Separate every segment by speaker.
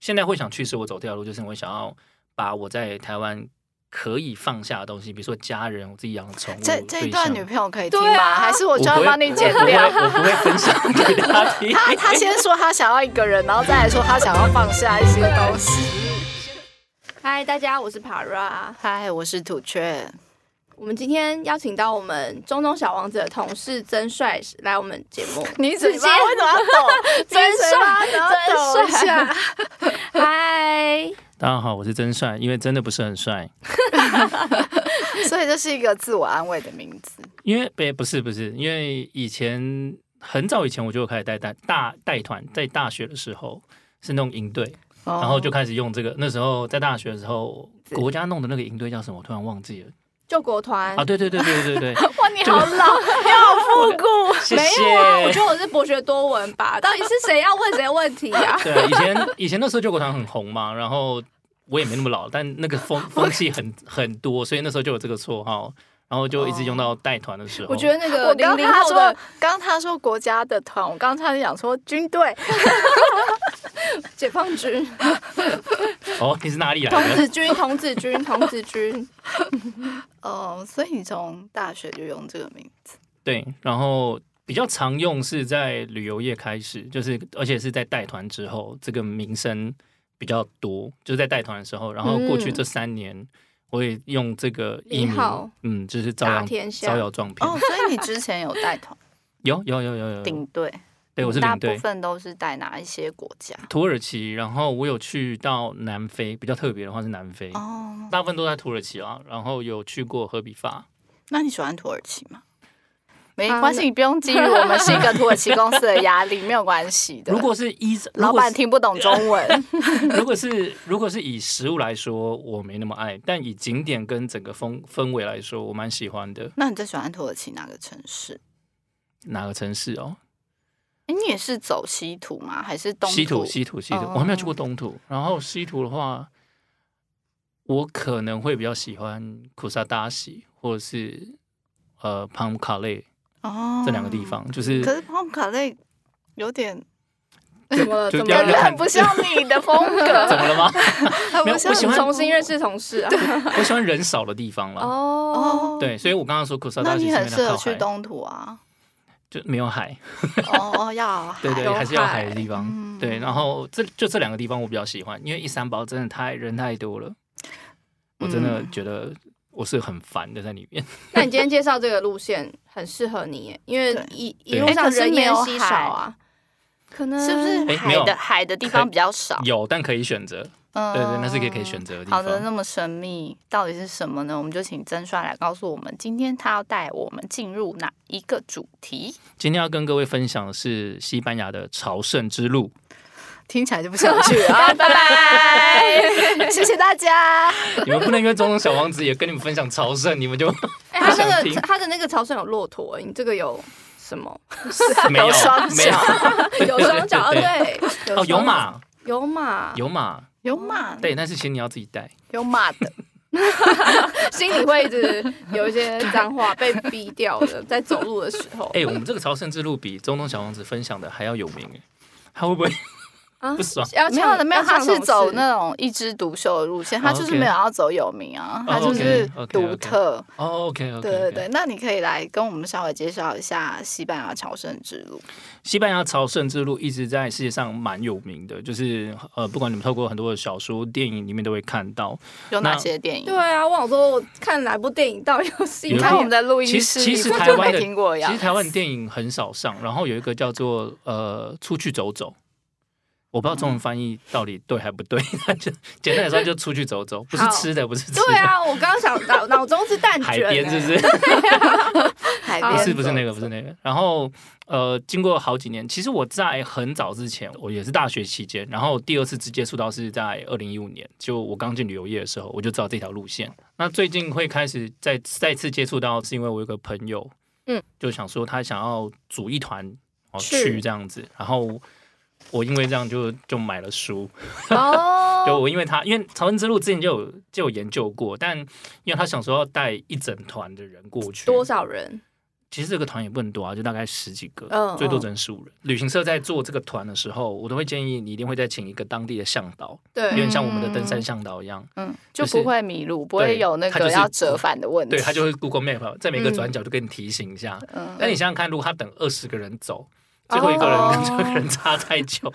Speaker 1: 现在会想去是我走这条路，就是我想要把我在台湾可以放下的东西，比如说家人、我自己养的宠物。
Speaker 2: 这这一
Speaker 1: 嗯对
Speaker 2: 段
Speaker 1: 象
Speaker 2: 女朋友可以听
Speaker 3: 对
Speaker 2: 吗？
Speaker 3: 啊
Speaker 2: 还是我
Speaker 1: 我
Speaker 2: 就要
Speaker 1: 不会
Speaker 2: 帮你 剪
Speaker 1: 我不会
Speaker 2: 掉？
Speaker 1: 我不会分享 给他听。
Speaker 2: 他他先说他想要一个人，然后再来说他想要放下一些东西。
Speaker 3: 嗨，大家，我是 Para。
Speaker 2: 嗨，我是土雀，
Speaker 3: 我们今天邀请到我们中东小王子的同事曾帅来我们节 目。
Speaker 2: 你
Speaker 3: 嘴
Speaker 2: 嘴
Speaker 3: 巴
Speaker 2: 巴为什么要 抖？
Speaker 3: 真
Speaker 2: 你嘴巴
Speaker 3: 帅
Speaker 2: 然后抖一下。
Speaker 3: 嗨，
Speaker 1: 大家好，我是真帅，因为真的不是很帅，
Speaker 2: 所以这是一个自我安慰的名字。
Speaker 1: 因为不不是不是，因为以前很早以前我就开始带带大带团，在大学的时候是那种营队，然
Speaker 2: 然
Speaker 1: 后就开始用这个。那时候在大学的时候，国家弄的那个营队叫什么？我突然忘记了
Speaker 3: 救国团
Speaker 1: 啊！。对对对对对 对对，
Speaker 3: 哇，你好 老，你好复古。
Speaker 1: 谢
Speaker 3: 没有啊，我
Speaker 1: 谢
Speaker 3: 觉。得我是博学多闻吧。到底是谁要问谁问题 啊？
Speaker 1: 对，以前以前那时候救国团很红嘛，然后我也没那么老，但那个 风风气很很多，所以那时候就有这个绰号，然后就一直用到带团的时候。
Speaker 3: 哦我觉得那个
Speaker 2: 我
Speaker 3: 零
Speaker 2: 刚
Speaker 3: 零
Speaker 2: 他
Speaker 3: 后
Speaker 2: 说
Speaker 3: 的，
Speaker 2: 刚他说国家的团，我刚差点想说军 队，
Speaker 3: 解放军、
Speaker 1: 哦，你是哪里来
Speaker 3: 童
Speaker 1: 的？
Speaker 3: 子军、童子军、童子军，
Speaker 2: 哦，所以你从大学就用这个名字，
Speaker 1: 对，然后比较常用是在旅游业开始，就是而且是在带团之后，这个名声比较多，就是在带团的时候。然后过去
Speaker 3: 嗯
Speaker 1: 这三年，我也用这个艺
Speaker 3: 名号
Speaker 1: 名，嗯，就是招
Speaker 3: 打
Speaker 1: 摇
Speaker 3: 天
Speaker 1: 招
Speaker 3: 下。
Speaker 1: 摇撞骗。
Speaker 2: 哦，所以你之前有带 团
Speaker 1: 有有有有有有，
Speaker 2: 领队，
Speaker 1: 嗯对，我是
Speaker 2: 大
Speaker 1: 领
Speaker 2: 部
Speaker 1: 队。
Speaker 2: 分都是带哪一些国家？
Speaker 1: 土耳其，然后我有去到南非，比较特别的话是南非，
Speaker 2: 哦，
Speaker 1: 大部分都在土耳其啊。然后有去过荷比法，
Speaker 2: 那你喜欢土耳其吗？没
Speaker 3: 啊
Speaker 2: 关系，
Speaker 3: 那
Speaker 2: 你不用基于我们是一个土耳其公司的压力，没有关系的。
Speaker 1: 如果是依如
Speaker 2: 老
Speaker 1: 果
Speaker 2: 板
Speaker 1: 是
Speaker 2: 听不懂中文，
Speaker 1: 如果是如果是以食物来说，我没那么爱，但以景点跟整个风氛围来说，我蛮喜欢的。
Speaker 2: 那你最喜欢土耳其哪个城市？
Speaker 1: 哪个城市哦？
Speaker 2: 诶你也是走西土吗？还是东
Speaker 1: 西土，西土，西土，
Speaker 2: 哦
Speaker 1: 我还没有去过东土。然后西土的话，我可能会比较喜欢库萨达西或者是呃庞卡类
Speaker 2: 哦
Speaker 1: 这两个地。方，就是
Speaker 2: 可是庞卡类有点
Speaker 3: 怎么 了？
Speaker 1: 就
Speaker 3: 怎么
Speaker 1: 要
Speaker 2: 感
Speaker 1: 要
Speaker 2: 觉
Speaker 3: 了？
Speaker 2: 很不像你的风
Speaker 1: 怎
Speaker 2: 格。
Speaker 1: 么了吗？
Speaker 3: 很
Speaker 1: 没有
Speaker 3: 不像
Speaker 1: 我喜欢
Speaker 3: 重新认识同事啊。
Speaker 1: 我喜欢人少的地方啦。
Speaker 3: 哦，
Speaker 1: 对，所以我刚刚说库萨
Speaker 2: 那
Speaker 1: 达西
Speaker 2: 你
Speaker 1: 是
Speaker 2: 很
Speaker 1: 因为
Speaker 2: 适
Speaker 1: 它
Speaker 2: 合
Speaker 1: 靠
Speaker 2: 去
Speaker 1: 海，
Speaker 2: 东土啊。
Speaker 1: 就没有海，
Speaker 2: 哦哦，要海
Speaker 1: 对对，
Speaker 3: 有
Speaker 1: 还是要
Speaker 3: 海
Speaker 1: 海的地方。
Speaker 2: 嗯
Speaker 1: 对，然后这就这两个地方我比较喜欢，因为一三堡真的太人太多了，我真的
Speaker 2: 嗯
Speaker 1: 觉得我是很烦的在里面。
Speaker 3: 那你今天介绍这个路线很适合你耶，因为
Speaker 2: 对
Speaker 3: 一
Speaker 1: 对
Speaker 3: 一路
Speaker 2: 哎可
Speaker 3: 上
Speaker 2: 是
Speaker 3: 人
Speaker 2: 没
Speaker 3: 烟
Speaker 2: 有
Speaker 3: 稀少啊。可能
Speaker 2: 是不是
Speaker 1: 哎
Speaker 2: 海
Speaker 1: 没有
Speaker 2: 的海的地方比较少？
Speaker 1: 有，但可以选择，
Speaker 2: 嗯，
Speaker 1: 对对，那是可以可以选择的地
Speaker 2: 好的，
Speaker 1: 方。
Speaker 2: 那么神秘到底是什么呢？我们就请曾帅来告诉我们，今天他要带我们进入哪一个主题？
Speaker 1: 今天要跟各位分享的是西班牙的朝圣之路。
Speaker 2: 听起来就不想 去了，啊拜拜， 谢谢大家。
Speaker 1: 你们不能因为中东小王子也跟你们分享朝圣，你们就
Speaker 3: 哎，他
Speaker 1: 想
Speaker 3: 那个
Speaker 1: 听
Speaker 3: 他的那个朝圣有骆驼，欸你这个有 什么？
Speaker 1: 没有
Speaker 2: 有啊双
Speaker 1: 没有
Speaker 2: 脚
Speaker 3: 有双脚，
Speaker 1: 对
Speaker 3: 对，
Speaker 1: 哦，有
Speaker 3: 双脚，
Speaker 1: 马
Speaker 3: 有马，
Speaker 1: 有马，
Speaker 2: 有马，
Speaker 1: 对，但是其实你要自己带。
Speaker 2: 有马 的，
Speaker 3: 心里会一直有一些脏话被逼掉 的，在走路的时候。
Speaker 1: 哎、我们这个朝圣之路比中东小王子分享的还要有名哎，他会不会
Speaker 3: 啊
Speaker 1: 不爽？
Speaker 3: 要
Speaker 2: 没有的，没有，他是走
Speaker 3: 那
Speaker 2: 那种一枝独秀的路线，他就是
Speaker 1: 啊 OK 哦
Speaker 2: 没有要走有名啊，他就是
Speaker 1: OK，OK，OK
Speaker 2: 独特。
Speaker 1: 哦，OK，OK，OK、o k
Speaker 2: 对对对，那你可以来跟我们稍微介绍一下西班牙朝圣之路。
Speaker 1: 西班牙朝圣之路一直在世界上蛮有名的，就是呃，不管你们透过很多的小说、电影里面都会看到。
Speaker 2: 有哪
Speaker 1: 那
Speaker 2: 些电影？
Speaker 3: 对啊，我想说，我看哪部电影到底有吸引
Speaker 1: 有
Speaker 2: 你
Speaker 1: 一
Speaker 3: 到
Speaker 2: 看
Speaker 1: 部
Speaker 2: 我
Speaker 3: 我
Speaker 2: 们
Speaker 3: 们？
Speaker 2: 的录
Speaker 1: 其
Speaker 2: 音
Speaker 1: 实
Speaker 2: 室，
Speaker 1: 其实
Speaker 2: 一副
Speaker 1: 台
Speaker 2: 就
Speaker 1: 湾
Speaker 2: 没
Speaker 1: 的
Speaker 2: 听过一
Speaker 1: 其
Speaker 2: 样
Speaker 1: 实。台湾电影很少上，然后有一个叫做呃出去走走，我不知道中文翻译到底对还不对， 但就简单来说就出去走走，不是
Speaker 3: 好
Speaker 1: 吃的，不是吃的，
Speaker 3: 对啊，我刚刚想脑脑中是蛋
Speaker 1: 海
Speaker 3: 卷，欸
Speaker 1: 边是不是？
Speaker 2: 海
Speaker 3: 啊
Speaker 1: 不
Speaker 2: 边
Speaker 1: 是不是那个不是那个。然后呃，经过好几年，其实我在很早之前，我也是大学期间，然后第二次接触到是在二零一五年，就我刚进旅游业的时候，我就知道这条路线。那最近会开始再再次接触到，是因为我有个朋友，
Speaker 3: 嗯，
Speaker 1: 就想说他想要组一团哦
Speaker 3: 去
Speaker 1: 去这样子，然后。我因为这样就就买了书，
Speaker 3: 哦，
Speaker 1: 就我因为他因为《朝圣之路》之前就有就有研究过，但因为他想说要带一整团的人过去，
Speaker 3: 多少人？
Speaker 1: 其实这个团也不能多啊，就大概十几个，
Speaker 3: 嗯
Speaker 1: 最多只
Speaker 3: 嗯
Speaker 1: 能十五人。旅行社在做这个团的时候，我都会建议你一定会再请一个当地的向导，有
Speaker 3: 对
Speaker 1: 点像我们的登山向导一样，
Speaker 2: 嗯，就
Speaker 1: 就是
Speaker 2: 不会迷路，不
Speaker 1: 对
Speaker 2: 会有那
Speaker 1: 它就
Speaker 2: 个
Speaker 1: 是嗯
Speaker 2: 要折返的问题。
Speaker 1: 对，他就会 Google Map 啊在每个转角就跟你提醒一下。
Speaker 2: 嗯
Speaker 1: 那你想想看，如果他等二十个人走，最后一个人
Speaker 3: 哦
Speaker 1: 跟最后一个人差太 久，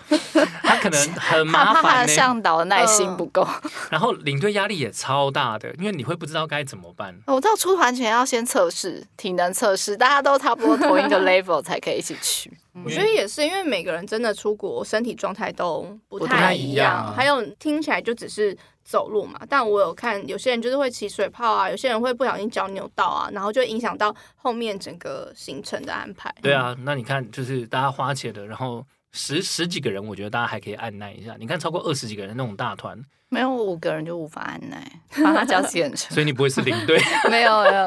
Speaker 1: 他可能很
Speaker 2: 他
Speaker 1: 麻
Speaker 2: 怕他
Speaker 1: 烦
Speaker 2: 的
Speaker 1: 呢、
Speaker 2: 向导的耐心
Speaker 3: 嗯
Speaker 2: 不够。
Speaker 1: 然后领队压力也超大的，因为你会不知道该怎么办。
Speaker 2: 我到出团前要先测试体能测试，大家都差不多同 一个 level 才可以一起去。
Speaker 3: 我觉得也是，因为每个人真的出国身体状态都不
Speaker 2: 不太
Speaker 3: 一
Speaker 1: 一样啊
Speaker 3: 还有听起来就只是走路嘛，但我有看有些人就是会起水泡啊，有些人会不小心脚扭到啊，然后就影响到后面整个行程的安排。
Speaker 1: 对
Speaker 2: 嗯
Speaker 1: 啊，那你看，就是大家花钱的，然后十十几个人，我觉得大家还可以按耐一下。你看，超过二十几个人那种大团，
Speaker 2: 没有五个人就无法按 耐，帮他叫计程 车。
Speaker 1: 所以你不会是领队。
Speaker 2: 没有没有，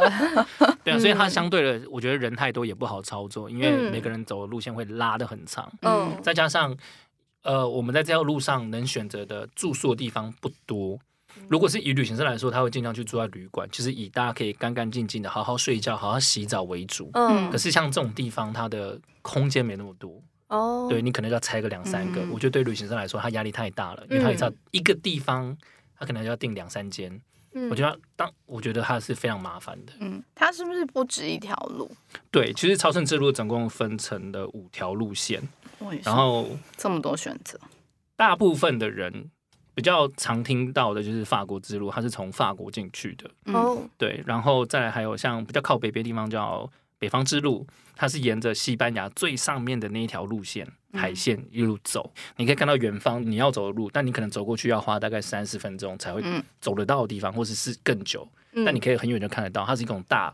Speaker 1: 对啊，所以
Speaker 3: 嗯
Speaker 1: 它相对的，我觉得人太多也不好操作，因为每个人走的路线会拉得很长，
Speaker 3: 嗯，
Speaker 1: 再加上呃，我们在这条路上能选择的住宿的地方不多。
Speaker 3: 嗯
Speaker 1: 如果是以旅行社来说，他会尽量去住在旅馆，就是以大家可以干干净净的、好好睡觉、好好洗澡为主。
Speaker 3: 嗯
Speaker 1: 可是像这种地方，它的空间没那么多，
Speaker 3: 哦，
Speaker 1: 对你可能要拆个两三个。
Speaker 2: 嗯
Speaker 1: 我觉得对旅行社来说，他压力太大
Speaker 3: 嗯
Speaker 1: 了，因为他知道一个地方，他可能要订两三间。
Speaker 3: 嗯
Speaker 1: 我觉得它当我觉得它是非常麻烦的。
Speaker 2: 嗯，他是不是不止一条路？
Speaker 1: 对，其实朝圣之路总共分成了五条路线，
Speaker 2: 我也是
Speaker 1: 然，后
Speaker 2: 这么多选择，
Speaker 1: 大部分的人比较常听到的就是法国之路，它是从法国进去的。
Speaker 2: 嗯
Speaker 3: 哦，
Speaker 1: 对，然后再来还有像比较靠北边的地方叫北方之路，它是沿着西班牙最上面的那一条路线海线一路走，你可以看到远方你要走的路，但你可能走过去要花大概三十分钟才会
Speaker 2: 嗯
Speaker 1: 走得到的地方，或者是更久，
Speaker 3: 嗯
Speaker 1: 但你可以很远就看得到，它是一种大。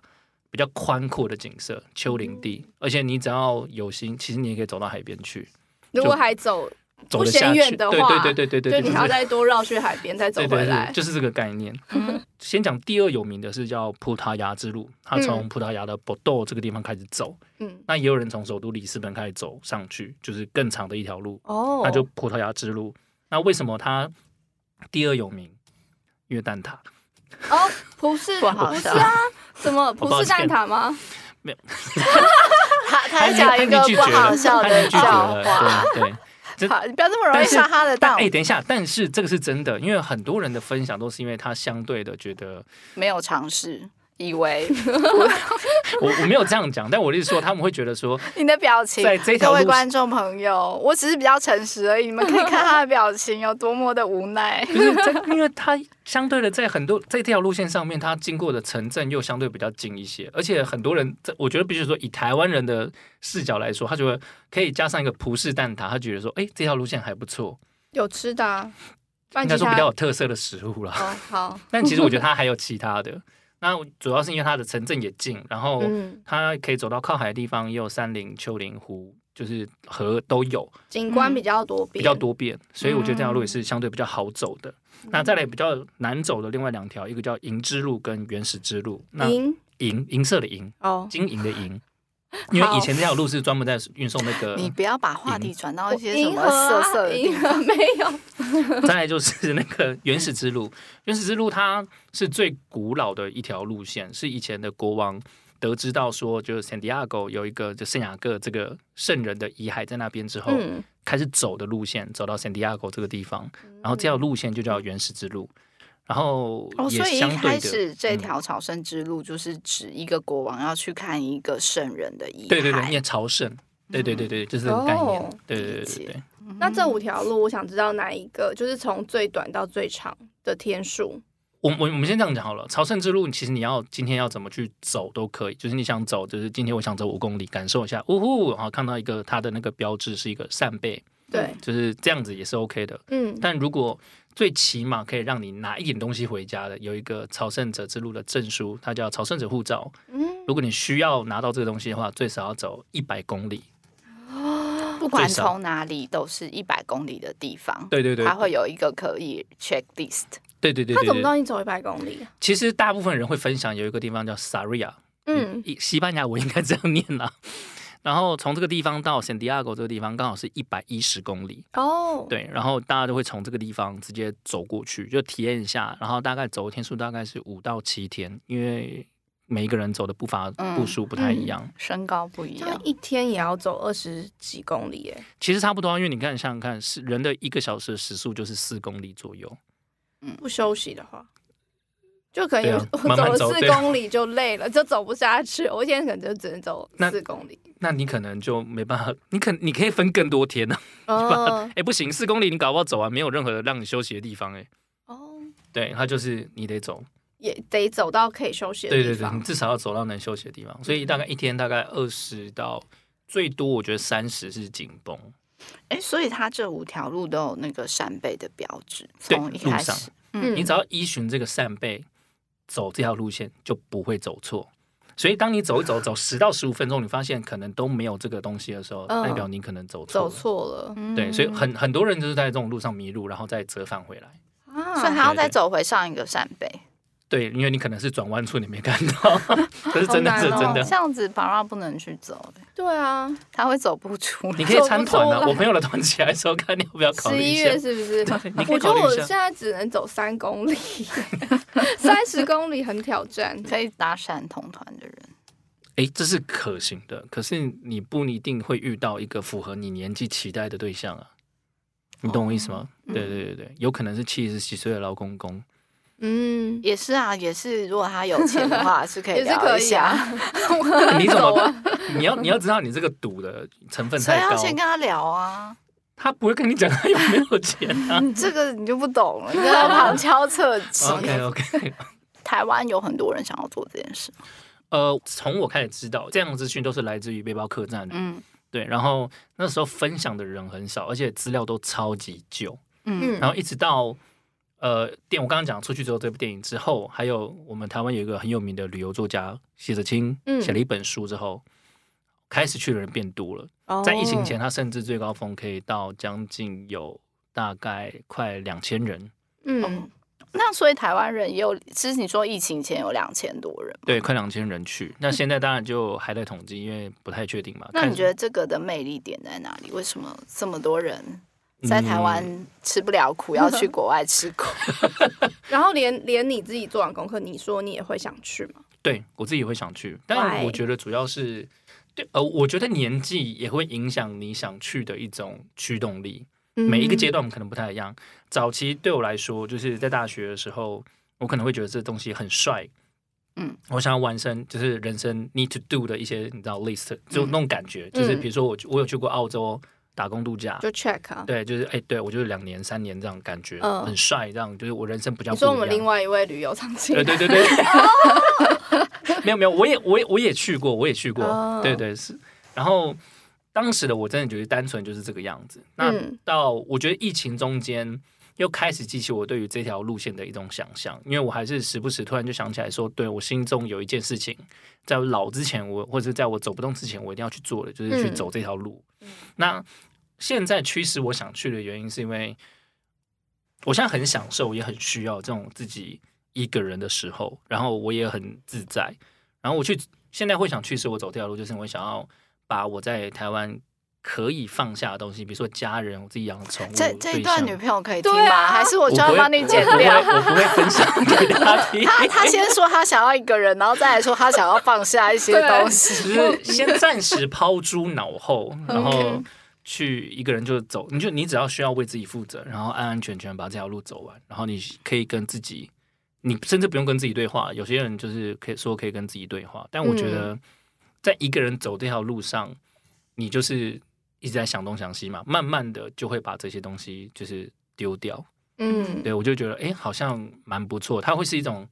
Speaker 1: 比较宽阔的景色，丘陵地，而且你只要有心，其实你也可以走到海边去，
Speaker 3: 如果还走，
Speaker 1: 走得
Speaker 3: 不嫌
Speaker 1: 下去。
Speaker 3: 远的
Speaker 1: 对
Speaker 3: 话
Speaker 1: 对对对对对，
Speaker 3: 就你还要
Speaker 1: 是
Speaker 3: 再多绕去海边再走
Speaker 1: 对
Speaker 3: 回
Speaker 1: 对
Speaker 3: 来
Speaker 1: 对，。就是这个概念。
Speaker 2: 嗯
Speaker 1: 先讲第二有名的是叫葡萄牙之路，它从葡萄牙的波豆这个地方开始走，
Speaker 3: 嗯，
Speaker 1: 那也有人从首都里斯本开始走上去，就是更长的一条路，
Speaker 3: 哦，
Speaker 1: 那就葡萄牙之路。那为什么它第二有名？因为蛋挞，
Speaker 3: 哦，葡式
Speaker 2: 不好
Speaker 3: 不是
Speaker 2: 笑
Speaker 3: 啊，怎么葡
Speaker 1: 抱
Speaker 3: 式蛋
Speaker 1: 歉
Speaker 3: 挞吗？
Speaker 2: 他
Speaker 1: 他
Speaker 2: 他
Speaker 1: 已经
Speaker 2: 讲一个
Speaker 1: 他已经拒
Speaker 2: 不
Speaker 1: 绝
Speaker 2: 好
Speaker 1: 了，
Speaker 3: 哦
Speaker 2: 笑
Speaker 1: 他已
Speaker 2: 的
Speaker 1: 经拒绝
Speaker 2: 笑话。
Speaker 1: 了，对对。对
Speaker 2: 好，你不要这么容
Speaker 1: 但
Speaker 2: 易
Speaker 1: 是
Speaker 2: 杀他的
Speaker 1: 但
Speaker 2: 道，
Speaker 1: 哎、等一下，但是这个是真的，因为很多人的分享都是因为他相对的觉得，
Speaker 2: 没有尝试，以为
Speaker 1: 我我没有这样讲，但我就是说他们会觉得说，
Speaker 2: 你的表情
Speaker 1: 在这条
Speaker 2: 各位
Speaker 1: 路
Speaker 2: 观众朋友，我只是比较诚实而已，你们可以看他的表情有多么的无奈。
Speaker 1: 就是在，因为它相对的在很多在这条路线上面，它经过的城镇又相对比较近一些，而且很多人在，我觉得必须说，以台湾人的视角来说，他觉得可以加上一个葡式蛋挞，他觉得说，哎、这条路线还不错，
Speaker 3: 有吃的啊，不
Speaker 1: 应
Speaker 3: 然
Speaker 1: 该
Speaker 3: 其
Speaker 1: 说比
Speaker 3: 他
Speaker 1: 较有特色的食物啦。
Speaker 3: 哦好，
Speaker 1: 但其实我觉得它还有其他的，那主要是因为它的城镇也近，然后
Speaker 3: 嗯，
Speaker 1: 它可以走到靠海的地方，也有山林、丘陵、湖，就是河都有。
Speaker 3: 景观比较多变，嗯
Speaker 1: 比较多变，所以我觉得这条路也是相对比较好走的。那再来比较难走的另外两条，一个叫银之路跟原始之路。那
Speaker 3: 银
Speaker 1: 银银色的银，
Speaker 3: 哦，
Speaker 1: 金银的 银，因为以前这条路是专门在运送那个。
Speaker 2: 你不要把话题
Speaker 1: 银
Speaker 2: 转到一些什
Speaker 3: 银
Speaker 2: 么
Speaker 3: 河啊
Speaker 2: 色色的地
Speaker 3: 银河没有，
Speaker 1: 哦再来就是那个原始之路， 原始之路它是最古老的一条路线，是以前的国王得知到说，就是 San Diego 有一个就圣雅各这个圣人的遗骸在那边之后，
Speaker 3: 嗯，
Speaker 1: 开始走的路线，走到 San Diego 这个地方，
Speaker 2: 嗯
Speaker 1: 然后这条路线就叫原始之路，然后
Speaker 2: 哦，
Speaker 1: 也
Speaker 2: 所以一
Speaker 1: 相对
Speaker 2: 开
Speaker 1: 的，
Speaker 2: 始这
Speaker 1: 嗯
Speaker 2: 条朝圣之路就是指一个国王要去看一个圣人的遗骸。
Speaker 1: 对对对，念朝圣，对对对对，就是这个概念，
Speaker 3: 哦
Speaker 1: 对对对
Speaker 2: 嗯
Speaker 1: 对
Speaker 2: 理解
Speaker 1: 对。
Speaker 3: 那这五条路，我想知道哪一个就是从最短到最长的天数，
Speaker 1: 我我我们先这样讲好了，朝圣之路其实你要今天要怎么去走都可以，就是你想走，就是今天我想走五公里，感受一下，呜呼，然后看到一个它的那个标志是一个扇贝，
Speaker 3: 对，
Speaker 1: 就是这样子也是 OK 的。
Speaker 3: 嗯，
Speaker 1: 但如果最起码可以让你拿一点东西回家的，有一个朝圣者之路的证书，它叫朝圣者护照。
Speaker 3: 嗯，
Speaker 1: 如果你需要拿到这个东西的话，最少要走一百公里。
Speaker 2: 不管
Speaker 1: 最少
Speaker 2: 从哪里都是一百公里的地方，
Speaker 1: 对对对
Speaker 2: 它会有一个可以 checklist。
Speaker 1: 对对对
Speaker 3: 他怎
Speaker 1: 对
Speaker 3: 么知道
Speaker 1: 对。
Speaker 3: 你走一百公里啊？
Speaker 1: 其实大部分人会分享有一个地方叫 Saria，
Speaker 3: 嗯，
Speaker 1: 一西班牙我应该这样念啦。 然后从这个地方到 San Diego 这个地方刚好是一百一十公里，
Speaker 3: 哦，，
Speaker 1: 对，然后大家都会从这个地方直接走过去，就体验一下，然后大概走的天数大概是五到七天，因为每一个人走的步伐
Speaker 2: 嗯
Speaker 1: 步数不太一样，
Speaker 2: 身高不一
Speaker 3: 这样
Speaker 2: 样，
Speaker 3: 一天也要走二十几公里耶，
Speaker 1: 其实差不多、啊。因为你看，想想看，是人的一个小时的时速就是四公里左右，
Speaker 3: 不休息的话，就可能
Speaker 1: 对
Speaker 3: 有、
Speaker 1: 啊
Speaker 3: 我
Speaker 1: 慢慢
Speaker 3: 了
Speaker 1: 走
Speaker 3: 四
Speaker 1: 对啊
Speaker 3: 公里就累了，就走不下去。我一天可能就只能走
Speaker 1: 那
Speaker 3: 四公里。
Speaker 1: 那你可能就没办法，你可你可以分更多天呢、啊。
Speaker 3: 哦
Speaker 1: 哎、不行，四公里你搞不好走完没有任何让你休息的地方、哎，
Speaker 3: 哦，
Speaker 1: 对，它就是你得走，
Speaker 3: 也得走到可以休息的
Speaker 1: 对
Speaker 3: 地
Speaker 1: 对对，
Speaker 3: 方嗯
Speaker 1: 你。至少要走到能休息的地方。所以大概一天大概二十到最多，我觉得三十是紧绷。
Speaker 2: 哎，所以它这五条路都有那个扇贝的标志，
Speaker 1: 对
Speaker 2: 从一
Speaker 1: 路
Speaker 2: 开
Speaker 1: 上
Speaker 2: 始，
Speaker 3: 嗯
Speaker 1: 你只要依循这个扇贝走这条路线，就不会走错。所以当你走一走，走十到十五分钟，你发现可能都没有这个东西的时候，
Speaker 3: 嗯
Speaker 1: 代表你可能走错
Speaker 3: 走
Speaker 1: 了。
Speaker 3: 错嗯了
Speaker 2: 嗯
Speaker 1: 对，所以很很多人就是在这种路上迷路，然后再折返回来。
Speaker 3: 啊！
Speaker 2: 所以还要
Speaker 1: 对对
Speaker 2: 再走回上一个扇贝，
Speaker 1: 对，因为你可能是转弯处你没看到，可是真的
Speaker 3: 好难
Speaker 1: 是
Speaker 3: 哦
Speaker 1: 真
Speaker 2: 这
Speaker 1: 的。
Speaker 2: 样子宝拉不能去走，欸
Speaker 3: 对啊，
Speaker 2: 他会走不出来
Speaker 1: 你。可以参团
Speaker 3: 走不出
Speaker 1: 啊，
Speaker 3: 来
Speaker 1: 我朋友的团起来的时候，看你要不要考
Speaker 3: 十
Speaker 1: 虑一
Speaker 3: 一
Speaker 1: 下
Speaker 3: 月。是不 是？
Speaker 1: 你可以
Speaker 3: 我觉
Speaker 1: 考
Speaker 3: 得
Speaker 1: 虑
Speaker 3: 我
Speaker 1: 一
Speaker 3: 现
Speaker 1: 下。
Speaker 3: 在只能走三公里，三十公里很挑战。
Speaker 2: 可以搭讪同团的人，
Speaker 1: 哎，这是可行的，可是你不一定会遇到一个符合你年纪期待的对象啊。你懂我意思
Speaker 3: 哦
Speaker 1: 吗？对对对对，有可能是七十几岁的老公 公。
Speaker 3: 嗯，
Speaker 2: 也是啊，也是。如果他有钱 的话，是可以
Speaker 3: 也是
Speaker 2: 聊
Speaker 3: 可
Speaker 2: 一
Speaker 3: 以
Speaker 2: 下。
Speaker 3: 啊。
Speaker 1: 你怎
Speaker 3: 走
Speaker 1: 么？
Speaker 3: 啊？
Speaker 1: 你要你要知道你这个赌的成 分
Speaker 2: 所以
Speaker 1: 太
Speaker 2: 要
Speaker 1: 高，
Speaker 2: 先跟他聊啊，
Speaker 1: 他不会跟你讲他有没有钱 啊。
Speaker 2: 这个你就不懂了，你在旁敲侧 击。
Speaker 1: 啊 OK OK，
Speaker 2: 台湾有很多人想要做这件事，
Speaker 1: 呃，从我开始知道这样的资讯都是来自于背包客栈，
Speaker 2: 嗯
Speaker 1: 对。然后那时候分享的人很少，而且资料都超级旧。
Speaker 2: 嗯
Speaker 1: 然后一直到呃电，我刚刚讲出去之后这部电影之后，还有我们台湾有一个很有名的旅游作家谢哲青
Speaker 3: 嗯
Speaker 1: 写了一本书之后，开始去的人变多了。哦在疫情
Speaker 2: 哦
Speaker 1: 前，他甚至最高峰可以到将近有大概快两千人，哦
Speaker 3: 嗯，
Speaker 2: 那所以台湾人也有，其实你说疫情前有两千多人，
Speaker 1: 对，快两千人去。那现在当然就还在统计，因为不太确定嘛。
Speaker 2: 那
Speaker 1: 看
Speaker 2: 你觉得这个的魅力点在哪里？为什么这么多人在台湾
Speaker 1: 嗯
Speaker 2: 吃不了苦，要去国外吃苦？
Speaker 3: 然后连连你自己做完功课，你说你也会想去吗？
Speaker 1: 对我自己会想去，但
Speaker 3: Why？
Speaker 1: 我觉得主要是对呃，我觉得年纪也会影响你想去的一种驱动力。
Speaker 3: 嗯
Speaker 1: 每
Speaker 2: 嗯
Speaker 1: 一个阶段我们可能不太一样。早期对我来说，就是在大学的时候，我可能会觉得这东西很帅，
Speaker 2: 嗯，
Speaker 1: 我想要完成就是人生 need to do 的一些你知道 list，就
Speaker 3: 嗯
Speaker 1: 那种感觉，就是比如说我我有去过澳洲打工度假。
Speaker 3: 就 check 啊。
Speaker 1: 对，就是哎、对我就是两年、三年这样感觉，
Speaker 3: 嗯
Speaker 1: 很帅，这样就是我人生比较
Speaker 3: 你
Speaker 1: 不一
Speaker 3: 说
Speaker 1: 样。
Speaker 3: 我们另外一位旅游场景
Speaker 1: 呃对，对对对， 没有没有，我也我也我也去过，我也去过，
Speaker 3: 哦
Speaker 1: 对对是。然后当时的我真的觉得单纯就是这个样子。那
Speaker 3: 嗯
Speaker 1: 到我觉得疫情中间又开始激起我对于这条路线的一种想象，因为我还是时不时突然就想起来说，对我心中有一件事情，在我老之前我或者在我走不动之前，我一定要去做的，就是去
Speaker 3: 嗯
Speaker 1: 走这条路。那现在驱使我想去的原因，是因为我现在很享受，也很需要这种自己一个人的时候，然后我也很自在。然后我去现在会想去使我走这条路，就是我想要把我在台湾可以放下的东西，比如说家人、我自己养的宠物，
Speaker 2: 这这
Speaker 1: 嗯
Speaker 2: 一
Speaker 1: 对
Speaker 2: 段
Speaker 1: 象
Speaker 2: 女朋友可以听
Speaker 3: 对
Speaker 2: 吗？
Speaker 3: 啊
Speaker 2: 还是我
Speaker 1: 我
Speaker 2: 就要
Speaker 1: 不会
Speaker 2: 帮你剪
Speaker 1: 我不会
Speaker 2: 掉？
Speaker 1: 我不会分享给大 家听。
Speaker 2: 他他先说他想要一个人，然后再来说他想要放下一些 东
Speaker 1: 只
Speaker 3: 啊
Speaker 2: 西。
Speaker 1: 是先暂时抛诸脑后，
Speaker 2: 嗯
Speaker 1: 然后
Speaker 3: OK
Speaker 1: 去一个人就走，你就你只要需要为自己负责，然后安安全全把这条路走完，然后你可以跟自己，你甚至不用跟自己对话。有些人就是可以说可以跟自己对话，但我觉
Speaker 2: 嗯
Speaker 1: 得在一个人走这条路上，你就是一直在想东想西嘛，慢慢的就会把这些东西就是丢掉。
Speaker 3: 嗯，
Speaker 1: 对我就觉得，哎，好像蛮不错，它会是一种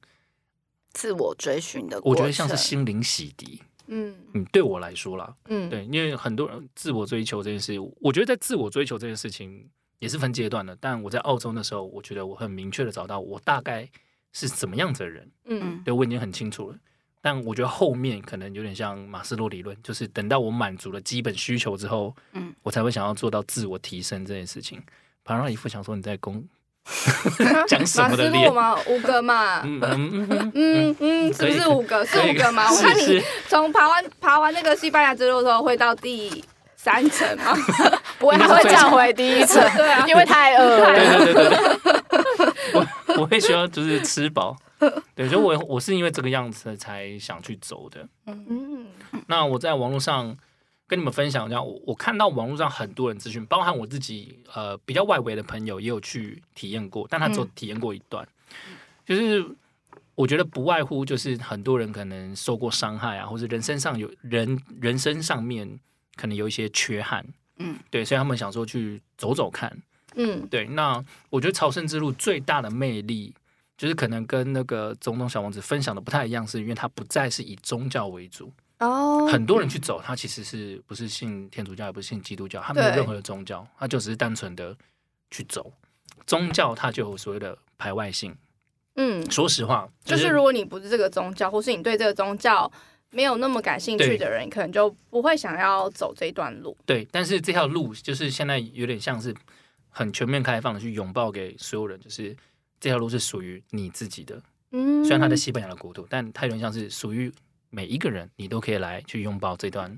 Speaker 2: 自我追寻的过
Speaker 1: 我
Speaker 2: 程，
Speaker 1: 觉得像是心灵洗涤。
Speaker 3: 嗯
Speaker 1: 嗯，对我来说啦，
Speaker 3: 嗯，
Speaker 1: 对，因为很多人自我追求这件事，我觉得在自我追求这件事情也是分阶段的。但我在澳洲的时候，我觉得我很明确的找到我大概是怎么样子的人，
Speaker 3: 嗯
Speaker 2: 嗯，
Speaker 1: 对我已经很清楚了。但我觉得后面可能有点像马斯洛理论，就是等到我满足了基本需求之后，
Speaker 2: 嗯，
Speaker 1: 我才会想要做到自我提升这件事情。庞让一副想说你在 攻，
Speaker 2: 嗯
Speaker 1: 讲什
Speaker 3: 马
Speaker 1: 么
Speaker 3: 斯
Speaker 1: 的
Speaker 3: 洛
Speaker 1: 脸？
Speaker 3: 吗？五个嘛。
Speaker 1: 嗯嗯 嗯
Speaker 3: 嗯嗯，是
Speaker 1: 可
Speaker 3: 不
Speaker 1: 以
Speaker 3: 是五个？是
Speaker 1: 可以
Speaker 3: 五个吗？我
Speaker 1: 是
Speaker 3: 看你
Speaker 1: 是
Speaker 3: 从爬完爬完那个西班牙之路之后，会到第三层吗？
Speaker 2: 不会，
Speaker 1: 应该
Speaker 2: 他
Speaker 1: 是
Speaker 2: 会
Speaker 1: 最
Speaker 2: 站回第一层，
Speaker 3: 对啊
Speaker 2: 因为太饿 了。
Speaker 1: 对对对对对，我我会需要就是吃饱。对，所以我我是因为这个样子才想去走的。
Speaker 3: 嗯，
Speaker 1: 那我在网络上跟你们分享一下，我我看到网络上很多人资讯，包含我自己呃比较外围的朋友也有去体验过，但他只有
Speaker 2: 嗯
Speaker 1: 体验过一段，就是。我觉得不外乎就是很多人可能受过伤害啊，或者人身上有人人生上面可能有一些缺憾，
Speaker 2: 嗯，
Speaker 1: 对，所以他们想说去走走看，
Speaker 3: 嗯，
Speaker 1: 对，那我觉得朝圣之路最大的魅力，就是可能跟那个《总统小王子》分享的不太一样，是因为它不再是以宗教为主。
Speaker 3: 哦，
Speaker 1: 很多人去走，他其实是不是信天主教，也不是信基督教，他没有
Speaker 3: 对
Speaker 1: 任何的宗教，他就只是单纯的去走。宗教它就有所谓的排外性。
Speaker 3: 嗯，
Speaker 1: 说实话，
Speaker 3: 就是如果你不是这个宗教，或是你对这个宗教没有那么感兴趣
Speaker 1: 对
Speaker 3: 的人，可能就不会想要走这一段路。
Speaker 1: 对，但是这条路就是现在有点像是很全面开放的去拥抱给所有人，就是这条路是属于你自己的。
Speaker 3: 嗯，
Speaker 1: 虽然它在西班牙的国度，但它有点像是属于每一个人，你都可以来去拥抱这段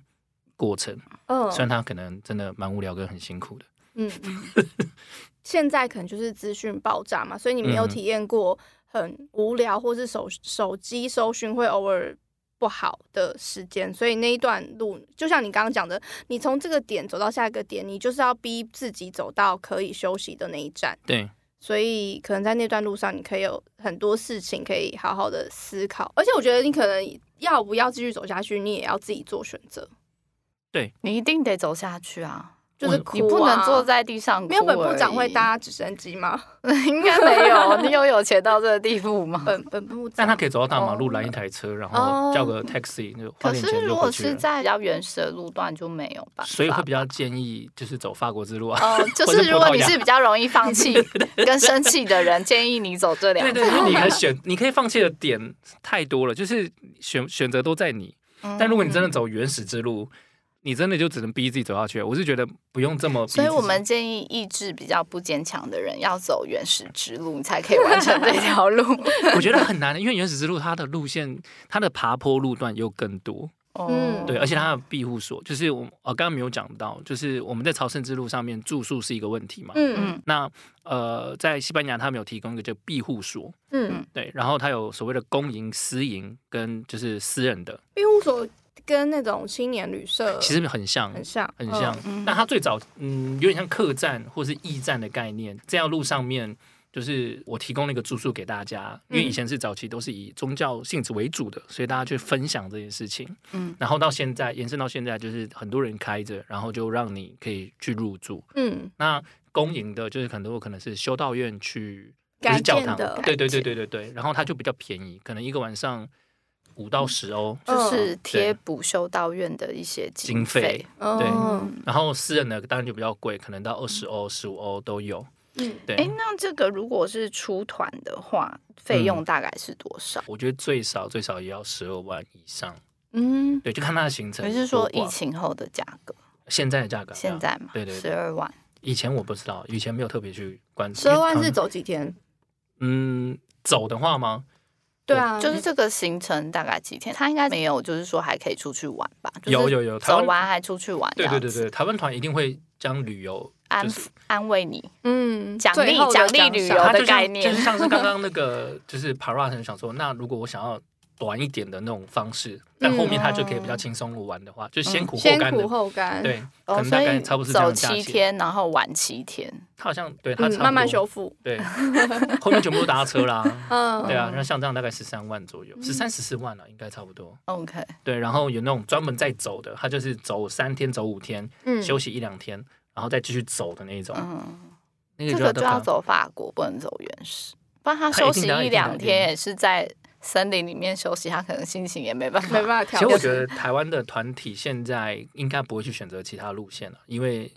Speaker 1: 过程。
Speaker 3: 嗯
Speaker 1: 虽然它可能真的蛮无聊跟很辛苦的，
Speaker 3: 嗯，现在可能就是资讯爆炸嘛，所以你没有
Speaker 1: 嗯
Speaker 3: 体验过很无聊，或是手手机搜寻会偶尔不好的时间，所以那一段路，就像你刚刚讲的，你从这个点走到下一个点，你就是要逼自己走到可以休息的那一站，
Speaker 1: 对
Speaker 3: 所以可能在那段路上，你可以有很多事情可以好好的思考，而且我觉得你可能要不要继续走下去，你也要自己做选择，
Speaker 2: 你一定得走下去啊！
Speaker 3: 就是
Speaker 1: 我
Speaker 3: 哭、啊、
Speaker 2: 你不能坐。在地上哭
Speaker 3: 没有本部长
Speaker 2: 而已
Speaker 3: 会，搭直升机吗？
Speaker 2: 应该没 有。你有有钱到这个地步吗？
Speaker 3: 本本部长，
Speaker 1: 嗯但他可以走到大马路拦一台车，然后叫个 taxi，就花
Speaker 2: 哦可
Speaker 1: 点
Speaker 2: 是
Speaker 1: 钱
Speaker 2: 如
Speaker 1: 就
Speaker 2: 果
Speaker 1: 回去
Speaker 2: 是
Speaker 1: 了。
Speaker 2: 在比较原始的路段就没有吧？
Speaker 1: 所以会比较建议就是走法国之路啊，
Speaker 2: 哦，就
Speaker 1: 或者
Speaker 2: 是如果
Speaker 1: 葡萄
Speaker 2: 你
Speaker 1: 牙
Speaker 2: 是比较容易放弃跟生气的人，建议你走这两
Speaker 1: 对
Speaker 2: 条。
Speaker 1: 对，因为你可以选，你可以放弃的点太多了，就是选选择都在你。
Speaker 2: 嗯
Speaker 1: 但如果你真的走原始之路，你真的就只能逼自己走下去。我是觉得不用这么逼自
Speaker 2: 所
Speaker 1: 己，
Speaker 2: 以我们建议意志比较不坚强的人要走原始之路，你才可以完 成这条路。
Speaker 3: 嗯
Speaker 1: 我觉得很难，因为原始之路它的路线，它的爬坡路段又更多，
Speaker 2: 哦
Speaker 3: 嗯，
Speaker 1: 对，而且它的庇护所，就是我呃刚刚没有讲到，就是我们在朝圣之路上面住宿是一个问题嘛。
Speaker 3: 嗯
Speaker 2: 嗯
Speaker 1: 那呃，在西班牙他们有提供一个叫庇护所，
Speaker 3: 嗯，
Speaker 1: 对，然后它有所谓的公营、私营跟就是私人的，
Speaker 3: 庇护所跟那种青年旅社
Speaker 1: 其实很像，
Speaker 3: 很像，
Speaker 1: 很像
Speaker 3: 嗯。
Speaker 2: 嗯
Speaker 1: 那它最早嗯有点像客栈或是驿站的概念，这条路上面。就是我提供了一个住宿给大家，因为以前是早期都是以宗教性质为主的，所以大家去分享这件事情。
Speaker 2: 嗯，
Speaker 1: 然后到现在延伸到现在，就是很多人开着，然后就让你可以去入住。
Speaker 3: 嗯，
Speaker 1: 那公营的，就是很多可能是修道院去，不
Speaker 3: 改
Speaker 1: 是教
Speaker 3: 建
Speaker 1: 堂
Speaker 3: 的，
Speaker 1: 对对对对对对。然后它就比较便宜，可能一个晚上五到十欧。
Speaker 2: 就是贴
Speaker 1: 对
Speaker 2: 补修道院的一些
Speaker 1: 经费
Speaker 2: 费。嗯
Speaker 3: 哦，
Speaker 1: 然后私人的当然就比较贵，可能到二十欧、十五欧都有。
Speaker 3: 嗯，
Speaker 1: 对，
Speaker 2: 哎，那这个如果是出团的话，
Speaker 1: 嗯
Speaker 2: 费用大概是多少？
Speaker 1: 我觉得最少最少也要十二万以上。
Speaker 3: 嗯，
Speaker 1: 对，就看它的行程
Speaker 2: 也
Speaker 1: 多寡。
Speaker 2: 是说疫情后的价格？
Speaker 1: 现在的价格啊？
Speaker 2: 现在嘛
Speaker 1: 对，对
Speaker 2: 十
Speaker 1: 对，
Speaker 2: 二万。
Speaker 1: 以前我不知道，以前没有特别去关注。
Speaker 3: 十二万
Speaker 1: 因为
Speaker 3: 是
Speaker 1: 他们
Speaker 3: 走几天？
Speaker 1: 嗯走的话吗？
Speaker 3: 对啊，
Speaker 2: 就是这个行程大概几天？他应该没有，就是说还可以出去玩吧？就是
Speaker 1: 有有有台湾
Speaker 2: 走完还出去玩
Speaker 1: 对
Speaker 2: 这样子，
Speaker 1: 对对对，台湾团一定会将旅游
Speaker 2: 安
Speaker 1: 就是
Speaker 2: 安慰你。
Speaker 3: 嗯，
Speaker 2: 奖励
Speaker 3: 最后的
Speaker 2: 奖励
Speaker 3: 奖
Speaker 2: 旅游
Speaker 3: 赏
Speaker 1: 它
Speaker 2: 的
Speaker 1: 就像
Speaker 2: 概念
Speaker 1: 就是像是刚刚那 个，就是 Para 很想说，那如果我想要短一点的那种方
Speaker 2: 嗯
Speaker 1: 式，但后面他就可
Speaker 2: 哦
Speaker 1: 以比较轻松玩的话，就先苦后
Speaker 3: 先
Speaker 1: 甘
Speaker 3: 苦
Speaker 1: 的，
Speaker 3: 后甘，
Speaker 1: 对，可
Speaker 2: 哦，
Speaker 1: 能
Speaker 2: 所
Speaker 1: 大概
Speaker 2: 以
Speaker 1: 差不多是这样的
Speaker 2: 走
Speaker 1: 价
Speaker 2: 七
Speaker 1: 钱。
Speaker 2: 天，然后玩七天，
Speaker 1: 他好像对他
Speaker 3: 嗯，慢慢修
Speaker 1: 修，
Speaker 3: 复，
Speaker 1: 对，后面全部都搭车 啦。
Speaker 3: 嗯
Speaker 1: 对啊，那像这样大概十三万左
Speaker 2: 嗯
Speaker 1: 右，十三十四万了、应该差不多。
Speaker 2: OK，
Speaker 1: 对，然后有那种专门在走的，他就是走三天、走五天，
Speaker 3: 嗯，
Speaker 1: 休息一两天，然后再继续走的那一种。
Speaker 2: 嗯，
Speaker 1: 那
Speaker 2: 这
Speaker 1: 个就
Speaker 2: 个就要
Speaker 1: 要
Speaker 2: 走法国，不能走原始，不然他
Speaker 1: 他一
Speaker 2: 休
Speaker 1: 定
Speaker 2: 息
Speaker 1: 的啊一定的
Speaker 2: 两
Speaker 1: 一定
Speaker 2: 天
Speaker 1: 的
Speaker 2: 也是在森林里面休息，他可能心情也没办
Speaker 3: 没
Speaker 2: 法。
Speaker 3: 办法
Speaker 1: 其
Speaker 3: 调
Speaker 1: 实
Speaker 3: 整。
Speaker 1: 我觉得台湾的团体现在应该不会去选择其他路线了，因为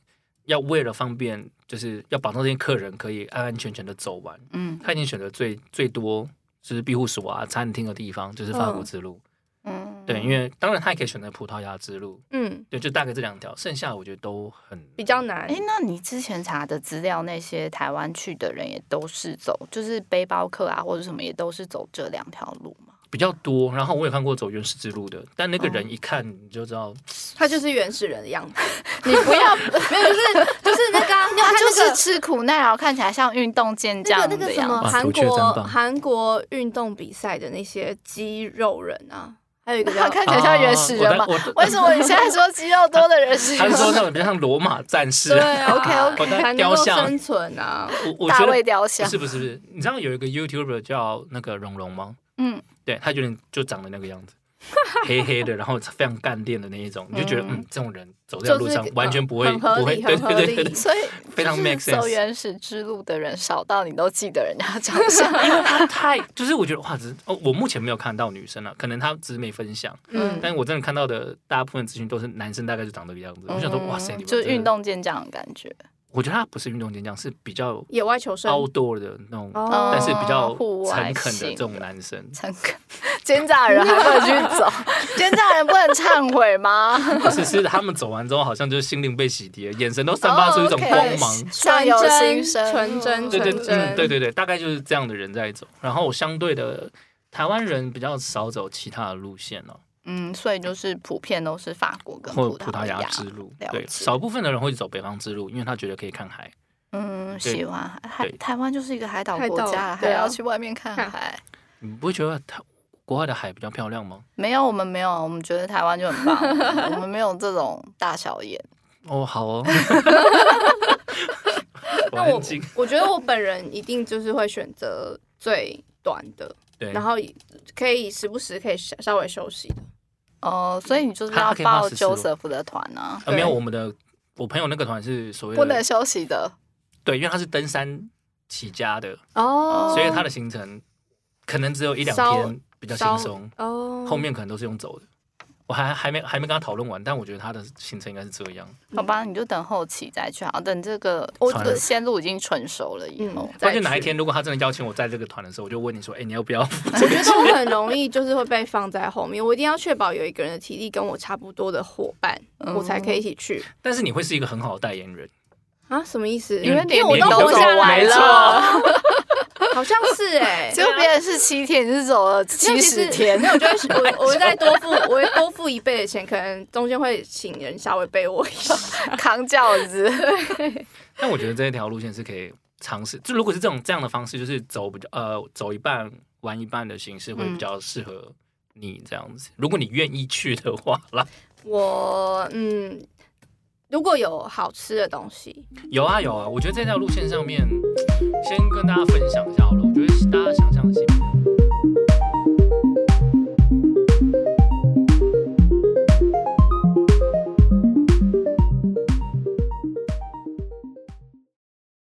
Speaker 1: 要为了方便，就是要保证这些客人可以安安全全的走完。
Speaker 2: 嗯
Speaker 1: 他已经选择最最多就是庇护所啊、餐厅的地方，就是法国之路。
Speaker 2: 嗯，
Speaker 1: 对，因为当然他也可以选择葡萄牙之路。
Speaker 3: 嗯，
Speaker 1: 对，就大概这两条，剩下我觉得都很
Speaker 3: 比较难
Speaker 2: 哎，，那你之前查的资料，那些台湾去的人也都是走，就是背包客啊，或者什么，也都是走这两条路嘛？
Speaker 1: 比较多，然后我也看过走原始之路的，但那个人一看你就知道，
Speaker 3: 他就是原始人的样子，
Speaker 2: 你不 要，
Speaker 3: 没有，就是就是那个啊，你 有
Speaker 2: 他
Speaker 3: 看
Speaker 2: 就
Speaker 3: 那
Speaker 2: 是
Speaker 3: 个
Speaker 2: 吃苦耐劳，看起来像运动健
Speaker 3: 那
Speaker 2: 将
Speaker 3: 个那个
Speaker 2: 的
Speaker 3: 什
Speaker 2: 样
Speaker 3: 么
Speaker 2: 子。
Speaker 1: 哇
Speaker 3: 韩
Speaker 1: 的确真
Speaker 3: 国
Speaker 1: 棒
Speaker 3: 韩国运动比赛的那些肌肉人啊，还 有一个
Speaker 2: 他
Speaker 3: 叫
Speaker 2: 看起来像原始人吗
Speaker 1: 啊？我在我
Speaker 2: 为什么你现在说肌肉多的人是
Speaker 1: 他是说那种比较像罗马战士
Speaker 3: 对、啊、
Speaker 1: 我在
Speaker 3: 才能
Speaker 1: 雕
Speaker 3: 够
Speaker 1: 像
Speaker 3: 生存啊，
Speaker 1: 我我
Speaker 2: 大
Speaker 1: 觉
Speaker 2: 卫
Speaker 1: 得
Speaker 2: 雕
Speaker 1: 不
Speaker 2: 像？
Speaker 1: 是不是不是，你知道有一个 YouTuber 叫那个蓉蓉吗？
Speaker 2: 嗯，
Speaker 1: 对他有点就长得那个样子，黑黑的，然后非常干练的那一种，你就觉得
Speaker 2: 嗯
Speaker 1: 嗯，这种人走在
Speaker 3: 就
Speaker 1: 路
Speaker 3: 是
Speaker 1: 上完全不会
Speaker 3: 很合
Speaker 1: 不会，
Speaker 3: 理，
Speaker 1: 对
Speaker 3: 很合
Speaker 1: 对对对
Speaker 3: 理
Speaker 1: 对，。
Speaker 2: 所以
Speaker 1: 非常
Speaker 2: 就是
Speaker 1: make
Speaker 2: 走
Speaker 1: sense
Speaker 2: 原始之路的人少到你都记得人家长相。
Speaker 1: 他太就是我觉得哇，只是哦，我目前没有看到女生啊，可能她只是没分享，
Speaker 2: 嗯
Speaker 3: 嗯，
Speaker 1: 但我真的看到的大部分资讯都是男生大概就长这个样 子。我想说哇塞，你们
Speaker 2: 嗯就是
Speaker 1: 真的
Speaker 2: 运，动健将的感觉，
Speaker 1: 我觉得他不是运动健将，是比较
Speaker 3: 野外求生
Speaker 1: outdoor 的那种，
Speaker 3: 哦
Speaker 1: 但是比较
Speaker 2: 户外
Speaker 1: 诚恳的
Speaker 2: 型
Speaker 1: 这种男生。
Speaker 2: 诚恳。奸诈人还不能去走，奸诈人不能忏悔吗？
Speaker 1: 不是，是他们走完之后，好像就是心灵被洗涤了，眼神都散发出一种
Speaker 2: 哦，OK
Speaker 1: 光芒。
Speaker 2: 相由心生，
Speaker 3: 纯真
Speaker 1: 对对
Speaker 3: 纯
Speaker 1: 对
Speaker 3: 真
Speaker 1: 嗯对对对，大概就是这样的人在走。然后我相对的，台湾人比较少走其他的路线哦，
Speaker 2: 嗯，所以就是普遍都是法国跟
Speaker 1: 或
Speaker 2: 葡
Speaker 1: 者葡萄牙
Speaker 2: 牙
Speaker 1: 之路。
Speaker 2: 了
Speaker 1: 对，
Speaker 2: 解
Speaker 1: 少部分的人会走北方之路，因为他觉得可以看海。
Speaker 2: 嗯，
Speaker 1: 对
Speaker 2: 喜欢海，
Speaker 1: 对
Speaker 2: 台湾就是一个海岛
Speaker 3: 海
Speaker 2: 国
Speaker 3: 岛
Speaker 2: 家了，还
Speaker 3: 对啊
Speaker 2: 要去外面看
Speaker 3: 看
Speaker 2: 海。
Speaker 1: 你不会觉得台国外的海比较漂亮吗？
Speaker 2: 没有，我们没有，我们觉得台湾就很棒， 我们没有这种大小眼。
Speaker 1: 哦，好 哦。 我
Speaker 3: 那我
Speaker 1: 安静
Speaker 3: 我觉得我本人一定就是会选择最短的，
Speaker 1: 对，
Speaker 3: 然后可以时不时可以稍稍微休息的。
Speaker 2: 哦、所以你就是
Speaker 1: 他
Speaker 2: 要
Speaker 1: 他可以画
Speaker 2: 报
Speaker 1: 十四哦
Speaker 2: Joseph 的团呢、
Speaker 1: 呃没有
Speaker 3: 对
Speaker 1: 我们的我朋友那个团是所谓
Speaker 2: 嗯不能
Speaker 1: 的
Speaker 2: 休息的。
Speaker 1: 对，因为他是登山起家的，
Speaker 3: 哦
Speaker 1: 所以他的行程可能只有一两
Speaker 3: 稍
Speaker 1: 天比较轻松，
Speaker 3: 哦，
Speaker 1: 后面可能都是用走的。我还还没还没跟他讨论完，但我觉得他的行程应该是这样。
Speaker 2: 好吧，你就等后期再去，好，等这个
Speaker 3: 我
Speaker 2: 这
Speaker 1: 传
Speaker 2: 个
Speaker 1: 人
Speaker 2: 线路已经成熟了以
Speaker 3: 嗯
Speaker 2: 后，
Speaker 3: 再
Speaker 1: 关键哪一
Speaker 3: 去
Speaker 1: 天，如果他真的邀请我在这个团的时候，我就问你说：“哎、你要不 要
Speaker 3: 哦我觉得我很容易就是会被放在后面，我一定要确保有一个人的体力跟我差不多的伙伴，
Speaker 2: 嗯
Speaker 3: 我才可以一起去？”
Speaker 1: 但是你会是一个很好的代言人，
Speaker 3: 啊？什么意思？
Speaker 1: 嗯
Speaker 2: 因为
Speaker 3: 因为
Speaker 2: 连
Speaker 3: 我
Speaker 2: 你都
Speaker 3: 都活
Speaker 2: 走
Speaker 3: 下来
Speaker 2: 完
Speaker 3: 了， 好像是哎、
Speaker 2: 结果别人是七天，你是走了
Speaker 3: 没有
Speaker 2: 七
Speaker 3: 其实
Speaker 2: 十天，
Speaker 3: 没有，我就 会我我会再多付，我会多付一倍的钱，可能中间会请人稍微背我一下。
Speaker 2: 扛轿子。
Speaker 1: 但我觉得这一条路线是可以尝试。就如果是这种这样的方式，就是走比较呃走一半玩一半的形式，
Speaker 3: 嗯
Speaker 1: 会比较适合你这样子。如果你愿意去的话啦，
Speaker 3: 我嗯，如果有好吃的东西，
Speaker 1: 有啊有啊，我觉得这条路线上面，先跟大家分享一下好了。我觉得大家想象的西北